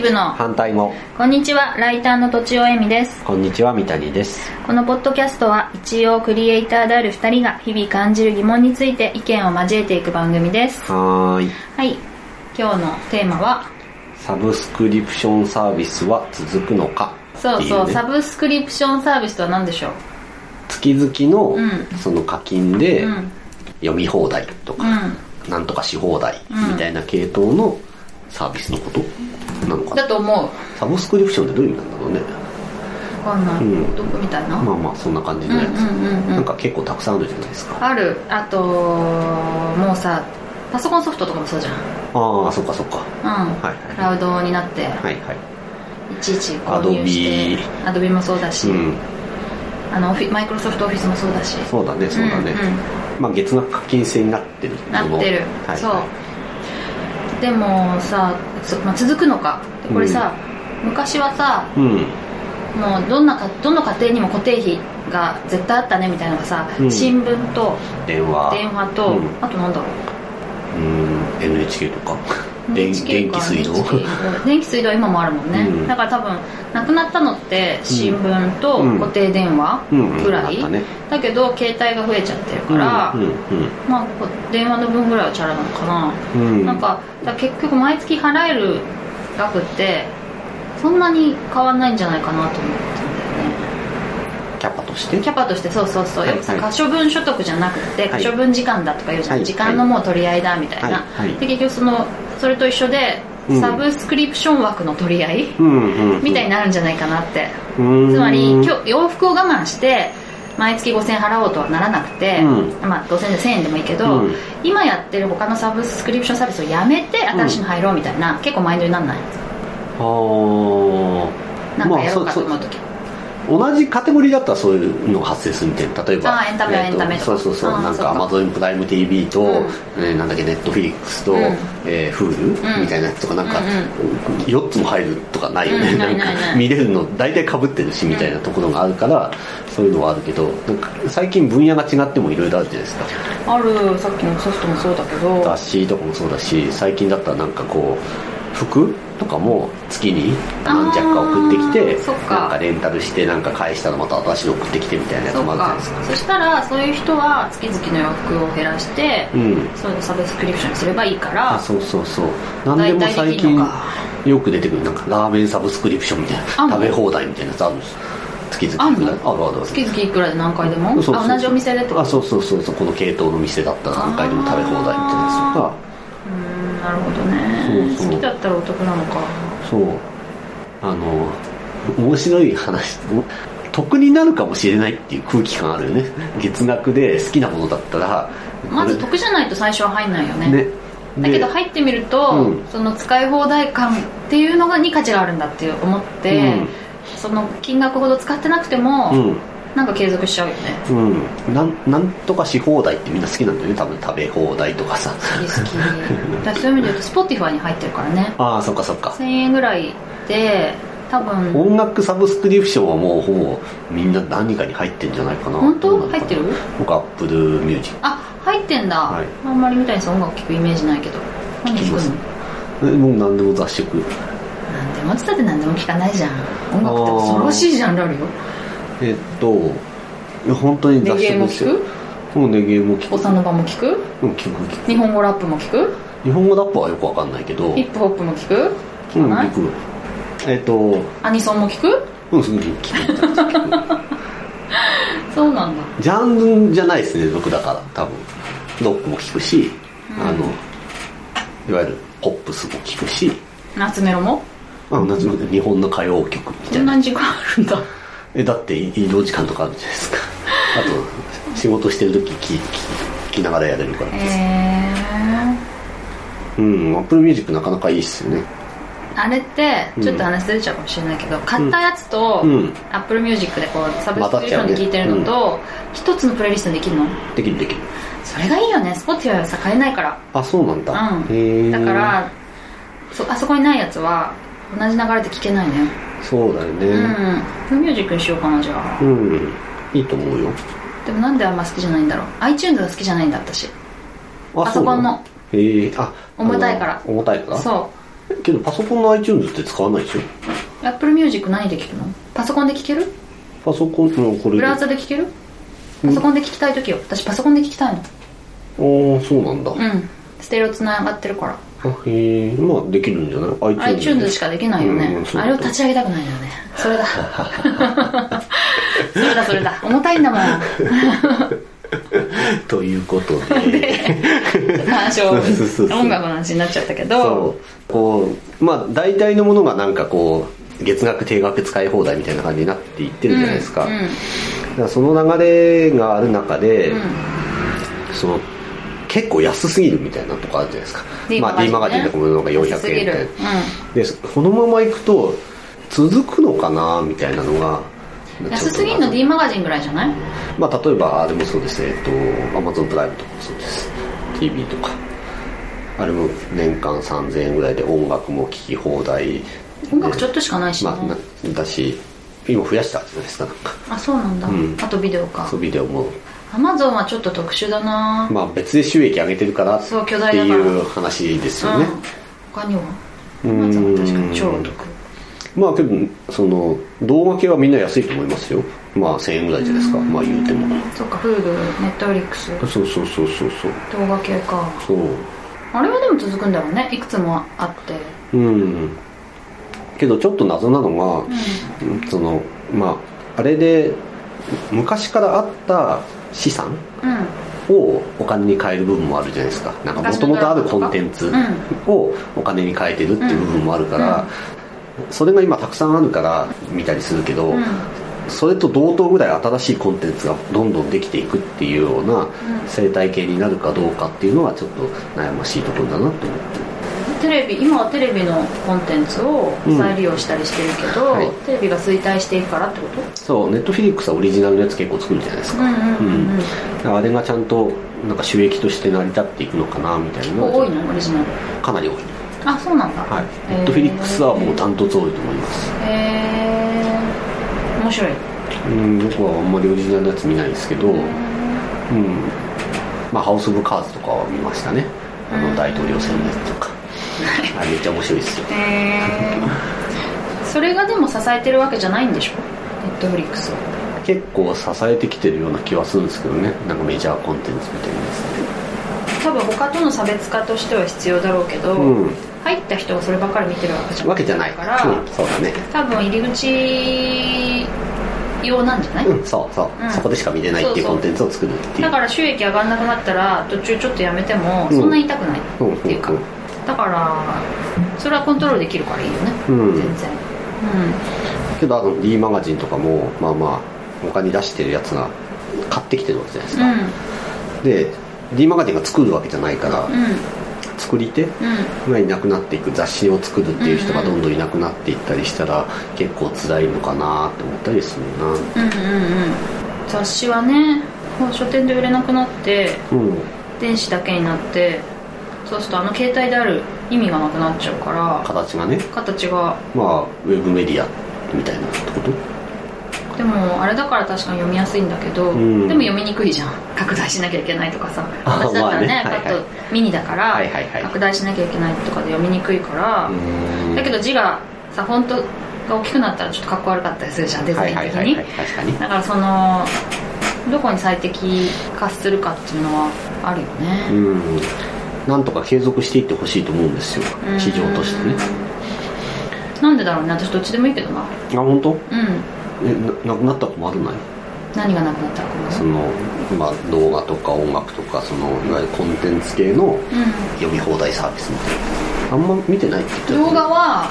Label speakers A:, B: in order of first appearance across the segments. A: るの
B: 反対語
A: こんにちはライターのとちおえみです
B: こんにちは三谷です
A: このポッドキャストは一応クリエイターである2人が日々感じる疑問について意見を交えていく番組です
B: はーい
A: はい今日のテーマは
B: サブスクリプションサービスは続くのか
A: そう
B: ってい
A: そう
B: ね
A: サブスクリプションサービスとは何でしょう
B: 月々の、
A: うん
B: その課金で、
A: うん
B: 読み放題と
A: う
B: か、
A: ん
B: なんとかし放題
A: うん
B: みたいな系統のサービスのことなのかな
A: だと思う
B: サブスクリプションってどういう意味なんだろうね
A: 分かんない、
B: うん
A: どこみたいな、
B: まあまあそんな感じのやつ、
A: うんうんうんうん
B: なんか結構たくさんあるじゃないですか
A: あるあともうさパソコンソフトとかもそうじゃん
B: ああそっかそっか
A: うん、
B: はいはい
A: クラウドになって
B: はいはい
A: いちいち購入してアドビもそうだし、
B: うん
A: あのオフィマイクロソフトオフィスもそうだし
B: そうだねそうだね、
A: んうん
B: まあ月額課金制になってるもの
A: なってる、
B: はい、
A: そうでもさ、そまあ、続くのかでこれさ、昔はさ
B: ううん
A: もうどんなかどの家庭にも固定費が絶対あったねみたいなのがさ、
B: うん
A: 新聞と
B: 電話
A: 電話と、
B: うん
A: あとなんだろう
B: うん NHK とか電
A: NHK
B: 電
A: か
B: 気水道
A: NHK 電気水道は今もあるもんね、
B: うん
A: だから多分なくなったのって新聞と
B: うん
A: 固定電話
B: うん
A: ぐらい、
B: なったね
A: だけど携帯が増えちゃってるから、
B: うんうん
A: まあこう電話の分ぐらいはチャラなのかな、
B: うんうん
A: なんかだから結局毎月払える額ってそんなに変わんないんじゃないかなと思ったんだよね
B: キャパとして
A: キャパとしてそうそうそう
B: はい
A: やっぱさ可処分所得じゃなくて
B: は
A: 可
B: い
A: 処分時間だとか言うじゃん、
B: はい
A: 時間のもう取り合いだみたいな、
B: はいはい
A: で結局そのそれと一緒で
B: うん
A: サブスクリプション枠の取り合い、
B: うんうんうん
A: みたいになるんじゃないかなって、
B: うん
A: つまり今日洋服を我慢して毎月5000円払おうとはならなくて、
B: う
A: まあ5000円で1000円でもいいけど、
B: うん
A: 今やってる他のサブスクリプションサービスをやめて新しいの入ろうみたいな、結構マインドになんない
B: ああ
A: なんかやろうかと思
B: ま
A: う
B: あ
A: 時、
B: そそ同じカテゴリーだったらそういうのが発生するみたいな例えば
A: あーエンタメ
B: えーと
A: エンタメとか
B: そうそうそう
A: あー
B: なんか
A: そ
B: ア
A: うか
B: マゾンプライム TV と、
A: うん
B: えーなんだっけネットフィリックスと、
A: うん
B: えー、Hulu、
A: うん
B: みたいなやつとかなんか、
A: うん
B: 4つも入るとかないよね、
A: うん
B: な
A: なんい
B: か
A: ないない
B: 見れるの大体かぶってるしみたいなところがあるから、そういうのはあるけどなんか最近分野が違ってもいろいろあるじゃないですか
A: あるさっきのソフトもそうだけど
B: 雑誌とかもそうだし最近だったらなんかこう服とかも月に何着か送ってき
A: あ
B: て
A: ーそっか
B: なんかレンタルしてなんか返したのまた私の送ってきてみたいなやつ
A: そう
B: もあ
A: か
B: るじゃないですか
A: そしたらそういう人は月々の洋服を減らして、
B: うん
A: そういうサブスクリプションにすればいいか
B: あ
A: ら
B: そうそうそう何でも
A: 大体
B: 最
A: できん
B: 近
A: のか
B: よく出てくるなんかラーメンサブスクリプションみたい
A: あん
B: な
A: の
B: 食べ放題みたいなやつあるんです月
A: あ
B: 々い
A: ん
B: く
A: の
B: らあるあるある
A: 月々いくらで何回でも
B: そうそう
A: あ同じお店でってこと
B: あそうそうそうそうこの系統の店だったら何回でも食べ放題みたいなやつとか
A: うーんなるほどね
B: そうそう
A: 好きだったらお得なのか
B: そうあの面白い話得になるかもしれないっていう空気感あるよね月額で好きなものだったら
A: まず
B: こ
A: 得じゃないと最初は入んないよ
B: れ
A: ね
B: ね
A: だけど
B: で
A: 入ってみると、
B: うん
A: その使い放題感っていうのがに価値があるんだって思って、
B: うん
A: その金額ほど使ってなくても、なんか継続しちゃうよね
B: うんうんなんなんとかし放題ってみんな好きなんだよね多分食べ放題とかさ
A: 好き好き だからそういう意味で言うと Spotify に入ってるからね
B: ああそっかそっか
A: 1000円ぐらいで多分
B: 音楽サブスクリプションはもうほぼみんな何かに入ってんじゃないかな
A: 本当
B: どう
A: 入
B: なの
A: っ
B: か
A: て
B: な
A: る
B: 僕アップルミュージッ
A: あ入ってんだ、
B: はい
A: あんまりみたいにさ音楽聴くイメージないけど何聴く
B: 聞き
A: の
B: クえもう何でも雑食
A: 何でもって言ったって何でも聴かないじゃん音楽って恐ろしいジャンルあるよ
B: えっといや本当に
A: レ
B: 雑
A: ゲエ
B: 食
A: も
B: です
A: 聴
B: よ
A: く
B: もうねゲームを聞
A: ボ
B: く
A: サノバも聴く
B: うん、聞く聞く
A: 日本語ラップも聴く
B: 日本語ラップはよくわかんないけど、うん、
A: ヒップホップも聴く聴かない、
B: 聞く。えっ、と、
A: アニソンも聞く
B: うん、すぐ聞く。 聞
A: そうなんだ
B: くジャンルじゃないですね、僕だから、多分。ロックも聞くし、
A: うん
B: あの、いわゆるポップスも聞くし、
A: 夏メロも
B: あの、なんていうの日本の歌謡曲みた
A: こ
B: い
A: ん
B: な。
A: なに時間あるんだ
B: え、だって移動時間とかあるじゃないで すか。あと、仕事してる時聞い聞きながらやれるから。
A: へえ
B: うん、Apple Music なかなかいいっすよね。
A: ー、あれって
B: うん
A: ちょっと話ずれちゃうかもしれないけど、買ったやつと、
B: うん
A: Apple Music でこうサブスクリプションで聴いてるのと一、つのプレイリストできるの
B: できるできる。
A: それがいいよね Spotify はさ買えないから
B: あ、そうなんだ。
A: う
B: へ
A: ん
B: ー
A: だからそあそこにないやつは同じ流れで聴けないね
B: そうだよね。
A: うん Apple Music にしようかなじゃあ
B: うん、いいと思うよ。
A: でもなんであんま好きじゃないんだろう iTunes が好きじゃないんだ私
B: あ
A: パソコンの
B: そうなの。へえ、あ、
A: 重たいから
B: あの重たいから。
A: そう
B: けどパソコンの iTunes って使わないでしょ
A: Apple Music 何で聞くのパソコンで聞ける
B: パソコンのこれ
A: ブ
B: で
A: ラ
B: あ
A: ウザで聞けるパソコンで聞きたい時よ私パソコンで聞きたいの
B: あーそうなんだ、
A: う
B: あ
A: んステレオつながってるから
B: へえまあできるんじゃない iTunes,
A: iTunes しかできないよ
B: うんう
A: ね
B: んそう
A: あ
B: だ
A: れを立ち上げたくないのよねそれだ それだそれだ重たいんだ もん
B: ということで
A: 話を
B: そうそうそうそう
A: 音楽の話になっちゃったけど
B: そうこうまあ大体のものがなんかこう月額定額使い放題みたいな感じになっていってるじゃないですか,、
A: うんうん
B: だからその流れがある中で、
A: うん
B: その結構安すぎるみたいなとこあるじゃないですか、
A: D
B: まあ、D マガジンとかものが400円み
A: 安す
B: た
A: ぎ
B: いな
A: る
B: でこのまま行くと続くのかなみたいなのが
A: うん安すぎるの D マガジンぐらいじゃない
B: まあ例えばあれもそうですねえっと Amazon プライムとかもそうです TV とかあれも年間3000円ぐらいで音楽も聴き放題
A: 音楽ちょっとしかないしね
B: まあなだし今増やしたじゃないですかなんか
A: あそうなんだ
B: うん
A: あとビデオか
B: そうビデオも
A: Amazon はちょっと特殊だな
B: まあ別で収益上げてるからって
A: そう巨大だから
B: いう話ですよね、
A: うん、他には
B: うーん
A: Amazon は確かに超お得
B: まあけどその動画系はみんな安いと思いますよまあ1000円ぐらいじゃないですかまあ言うても
A: そっか Hulu、Netflix
B: そうそうそうそうそう
A: 動画系か
B: そう
A: あれはでも続くんだろうねいくつもあって
B: うんけどちょっと謎なのが、そのまああれで昔からあった資産
A: うんうん
B: をお金に変える部分もあるじゃないですかなんかもともとあるコンテンツをお金に変えてるっていう部分もあるから、それが今たくさんあるから見たりするけど、
A: うん
B: それと同等ぐらい新しいコンテンツがどんどんできていくっていうような生態系になるかどうかっていうのはちょっと悩ましいところだなと思って
A: テレビ今はテレビのコンテンツを再利用したりしてるけど、
B: うんはい
A: テレビが衰退していくからってこと
B: そうネットフィリックスはオリジナルのやつ結構作るじゃないです
A: う
B: か,、
A: んうんうん
B: あれがちゃんとなんか収益として成り立っていくのかなみたいな
A: うん
B: の
A: 多
B: はい
A: のオリジナル
B: かなり多い
A: あそうなんだ
B: はいネットフィリックスはもうダントツ多いと思います
A: へえ面白い
B: うん僕はあんまりオリジナルのやつ見ないですけど、うんまあ、ハウス・オブ・カーズとかは見ましたねあの大統領選のやつとかあれめっちゃ面白いですよ
A: へえそれがでも支えてるわけじゃないんでしょネットフリックスを
B: 結構支えてきてるような気はするんですけどねなんかメジャーコンテンツみたいなや
A: 多分他との差別化としては必要だろうけど、
B: うん
A: 入った人がそればかり見てるわけじ
B: つ
A: ゃ
B: でわけじゃない
A: か
B: うん
A: ら
B: そうだね
A: 多分入り口用なんじゃない、
B: うんそうそう、
A: うん
B: そこでしか見れないっていう
A: そうそう
B: コンテンツを作るっていう
A: だから収益上がんなくなったら途中ちょっとやめても
B: うん
A: そんなに痛くないっていうか、
B: うんうん
A: だからそれはコントロールできるからいいよね、
B: うん
A: 全然
B: けどあの D マガジンとかもまあまあ他に出してるやつが買ってきてるわけじゃないです
A: う
B: か、
A: ん
B: で D マガジンが作るわけじゃないから、
A: うん
B: 作り手
A: うんうん
B: がいなくなっていく雑誌を作るっていう人がどんどんいなくなっていったりしたら、結構辛いのかなって思ったりするな
A: うんうんうん雑誌はねもう書店で売れなくなって
B: うん
A: 電子だけになってそうするとあの携帯である意味がなくなっちゃうから
B: 形がね
A: 形が
B: まあウェブメディアみたいなってこと
A: でもあれだから確かに読みやすいんだけど、
B: うん
A: でも読みにくいじゃん拡大しなきゃいけないとかさ
B: あ
A: 私だったらね,、
B: まあねはいはい
A: パッとミニだから、
B: はいはいはい
A: 拡大しなきゃいけないとかで読みにくいから、
B: うん
A: だけど字がさフォントが大きくなったらちょっとかっこ悪かったりするじゃんデザ
B: は
A: イ
B: い
A: ン
B: は
A: 的
B: い
A: に、
B: はい、はい、確か
A: だ
B: に
A: からそのどこに最適化するかっていうのはあるよ
B: う
A: ね、
B: んなんとか継続していってほしいと思うんですよ
A: うん
B: 市場としてね
A: なんでだろうね私どっちでもいいけどな
B: あ本当？
A: うん
B: えななくなったら困るない
A: 何がなくなったら困
B: そ
A: る
B: の、まあ、動画とか音楽とかそのいわゆるコンテンツ系の読み放題サービスみたいなあんま見てないって言って
A: うん
B: た
A: 動画は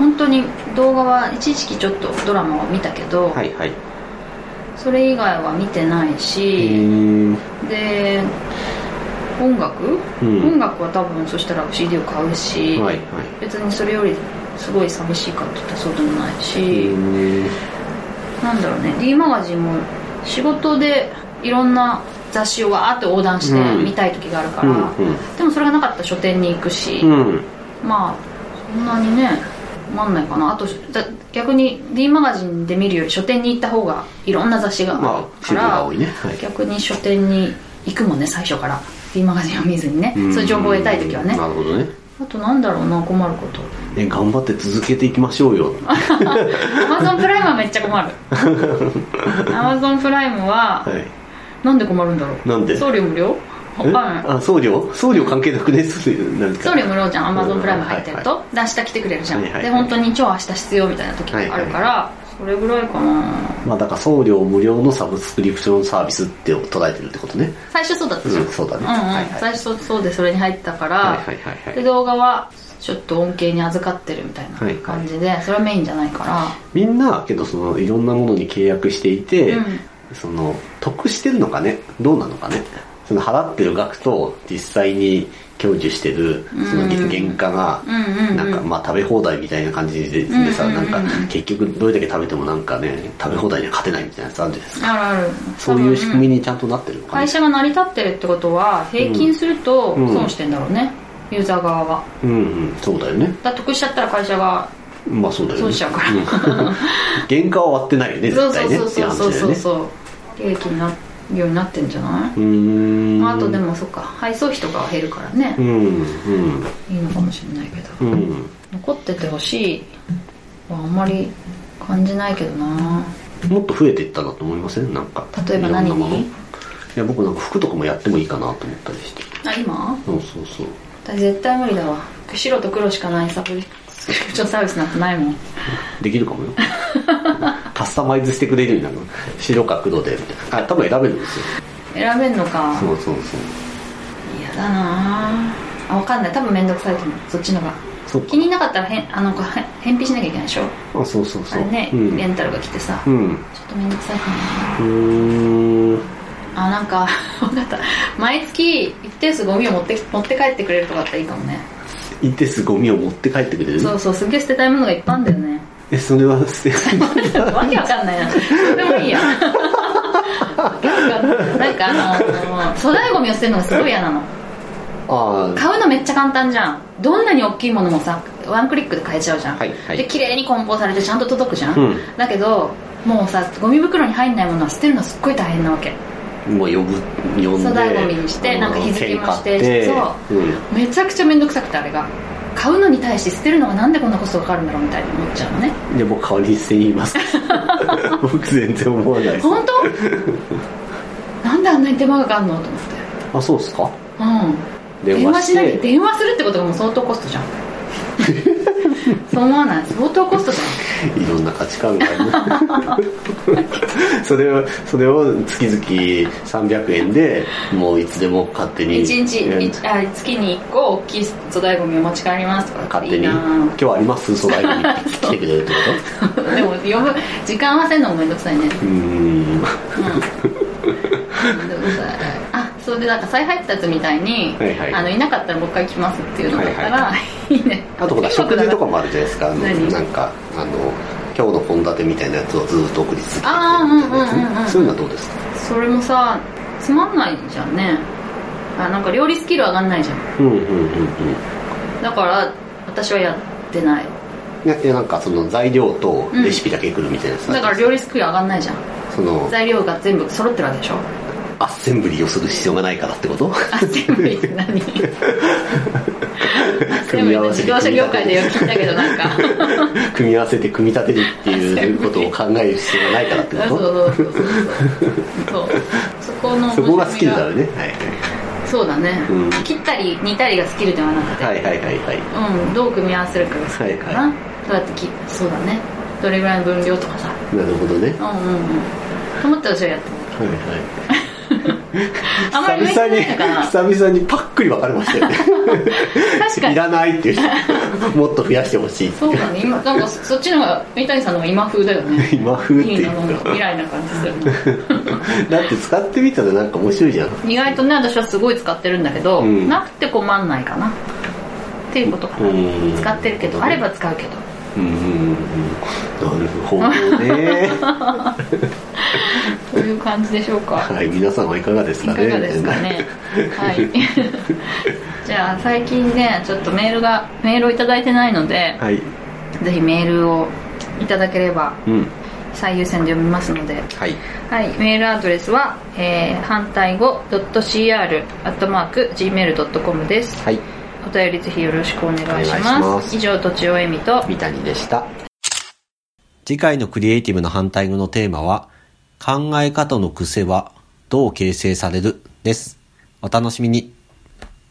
A: 本当に動画は一時期ちょっとドラマを見たけど、
B: はいはい
A: それ以外は見てないし、
B: ー
A: で音楽、
B: うん
A: 音楽は多分そしたら CD を買うし、
B: はいはい
A: 別にそれよりすごい寂しいかって言ったらそうでもないし、
B: え
A: なんだろうね D マガジンも仕事でいろんな雑誌をわーって横断して
B: うん
A: 見たい時があるから、
B: うんうん
A: でもそれがなかったら書店に行くし、
B: うん
A: まあそんなにねなんないかなあとだ逆に D マガジンで見るより書店に行った方がいろんな雑誌があ
B: ま
A: る
B: あ
A: か
B: 種
A: ら、
B: 類が多いねはい
A: 逆に書店に行くもんね最初から D マガジンを見ずにね
B: ん
A: そういう情報を得たい時はね
B: なるほどね
A: あとなんだろうな困ること
B: え頑張って続けていきましょうよ
A: アマゾンプライムはめっちゃ 困るアマゾンプライムは、
B: はい
A: なんで困るんだろう
B: なんで
A: 送料無料わかんない
B: えあ送料送料関係なくね送料なんか
A: 送料無料じゃんアマゾンプライム入ってると、で明日来てくれるじゃん、
B: はいはい
A: で本当に超明日必要みたいな時があるから、それぐらいかな
B: まあだから送料無料のサブスクリプションサービスって捉えてるってことね
A: 最初そうだった
B: う
A: じゃん、
B: んそうだね
A: うんうん
B: はいはい
A: 最初そうでそれに入ったから、
B: はいはいはいはい
A: で動画はちょっと恩恵に預かってるみたいな
B: はいはい
A: 感じで、それはメインじゃないから
B: みんなけどそのいろんなものに契約していて、
A: うん
B: その得してるのかねどうなのかねその払ってる額と実際に享受してるその
A: うん
B: 原価が
A: うんうんうん
B: なんかまあ食べ放題みたいな感じででさ
A: うんう
B: なん
A: うんん
B: か結局どれだけ食べてもなんかね食べ放題には勝てないみたいなやつあるじゃないですか
A: あるある
B: そういう仕
A: 多分
B: 組みにちゃんとなってるのか
A: 会
B: ね
A: 社が成り立ってるってことは平均すると
B: うん
A: 損してんだろうね、ユーザー側は
B: うんうんそうだよね
A: だから得しちゃったら会社が
B: まあそうだよね
A: 損しちゃうから
B: ん原価は割ってないよね
A: そうそ
B: 絶対
A: う
B: ね
A: そう
B: っていう
A: そうそう
B: 話だよ
A: そう
B: ね
A: そう利益になるようになってんじゃないう
B: ーん
A: あとでもそっか配送費とかは減るからね
B: う、んうん
A: いいのかもしれないけど、
B: うん
A: 残っててほしいはあんまり感じないけどな
B: もっと増えていったなと思いませんなんか
A: 例えば何に
B: いろんなものいや僕なんか服とかもやってもいいかなと思ったりして
A: あ今
B: そうそうそう
A: 私絶対無理だわ白と黒しかないサブスクリプションサービスなんてないもん
B: できるかもよ カスタマイズしてくれるようになるの白か黒でみたいなあ多分選べるんですよ
A: 選べんのか
B: そうそうそう
A: 嫌だなあ分かんない多分面倒くさいと思うそっちのが
B: そう
A: 気になかったらへんあのへ返品しなきゃいけないでしょ
B: あそうそう
A: あ
B: そう
A: れね、
B: うん
A: レンタルが来てさ、
B: う
A: ち
B: ん
A: ょ
B: う
A: っと面倒くさいかな
B: ーん
A: あなんか 分かった毎月一定数ゴミを持ってき持って帰ってくれるとかだったらいいかもね、
B: 一定数ゴミを持って帰ってくれる
A: そうそうすげえ捨てたいものがいっぱいあんだよね
B: えそれは 捨て
A: わけわかんないなそれもいいやわけわかんないなんかあの粗大ゴミを捨てるのがすごい嫌なの
B: ああ
A: 買うのめっちゃ簡単じゃんどんなに大きいものもさワンクリックで買えちゃうじゃん、
B: はいはい
A: で綺麗に梱包されてちゃんと届くじゃん、
B: うん
A: だけどもうさゴミ袋に入んないものは捨てるのすっごい大変なわけ
B: もう呼ぶ呼んで
A: 粗大ゴミにしてなんか日付もして
B: うん
A: そ
B: うん
A: めちゃくちゃ面倒くさくてあれが買うのに対して捨てるのがなんでこんなコストかかるんだろうみたいに思っちゃうのね
B: で僕代わりにして言います 僕全然思わないです
A: 本当 なんであんなに手間がかかるのと思って
B: あそうっすか
A: うん
B: 電
A: 電
B: 話
A: 話
B: して
A: しないで電話するってことがもう相当コス トじゃんそう思わない相当コストじゃん
B: いろんな価値観がある それをそれを月々300円でもういつでも勝手に
A: 一日
B: うん
A: 一あ月に1個大きい粗大ゴミを持ち帰りますとか
B: 勝
A: い
B: 手
A: い
B: に
A: な
B: 今日あります粗大ゴミって来てくれるってこ
A: ぁでも呼ぶ時間合わせるのもめんどくさいね
B: とうーんは
A: うんめんどくさいあそれでなんか再配達みたいに、
B: はいはい
A: あのいなかったらもう一回来ますっていうのだったら、、
B: はい
A: いね
B: あとほら食事とかもあるじゃないですかあの
A: 何
B: なんかあの今日の献立みたいなやつをずっと送り続けてくれ
A: あーうんうんうんうん
B: るみたいなやつそういうのはどうですか
A: それもさつまんないじゃんねあなんか料理スキル上がんないじゃん
B: うんうんうんうん
A: だから私はやってない
B: ねでなんかその材料とレシピだけ来るみたいなやつ
A: だから料理スキル上がんないじゃん
B: その
A: 材料が全部揃ってるわけでしょ
B: アッセンブリーをする必要がないからってこと
A: アッセンブリって 何
B: 組み合わせ
A: 自動車業界でよく聞いたけどなんか
B: 組み合わせて組み立てるっていうことを考える必要がないからって
A: そう
B: こ
A: そうそうそうそうそこの
B: とそこがスキルだよ
A: ね
B: ねはい
A: そうだね、
B: うん
A: 切ったり煮たりがスキルではなくて、
B: はいはいはいはい
A: うんどう組み合わせるかがスキルかな、
B: は
A: どうやって切そうだねどれぐらいの分量とかさ
B: なるほどね
A: うんうんうんと思って私はやってない
B: はいは
A: あんまり向
B: い
A: い
B: 久
A: て
B: 々に
A: ないのかな
B: 久々にパックリ分かれましたよね
A: 確か
B: い
A: に
B: らないっていう人もっと増やしてほしいって
A: そうだね今なんかそそっちの方が三谷さんの方が今風だよね
B: 今風って
A: いい
B: い
A: ななん
B: う
A: か
B: か
A: 未来な感じするね
B: だって使ってみたらなんか面白いじゃん
A: 意外とね私はすごい使ってるんだけど、
B: うん
A: なくて困んないかなっていうことかな、
B: うん
A: 使ってるけどあれば使う けど
B: うんうんうんなるほどね
A: という感じでしょうか
B: はい皆さんはいかがです
A: い
B: か
A: か
B: ね
A: がですかねはい じゃあ最近ねちょっとメールがメールを頂いただいてないので、
B: はい
A: ぜひメールをいただければ
B: うん
A: 最優先で読みますので
B: はい
A: はい、メールアドレスは、えー反対語 .cr.gmail.com です。
B: はい
A: おお便りぜひよろしくお願いします
B: お願いします
A: 以上とちおえみと
B: 三谷でした次回のクリエイティブの反対語のテーマは考え方の癖はどう形成されるですお楽しみに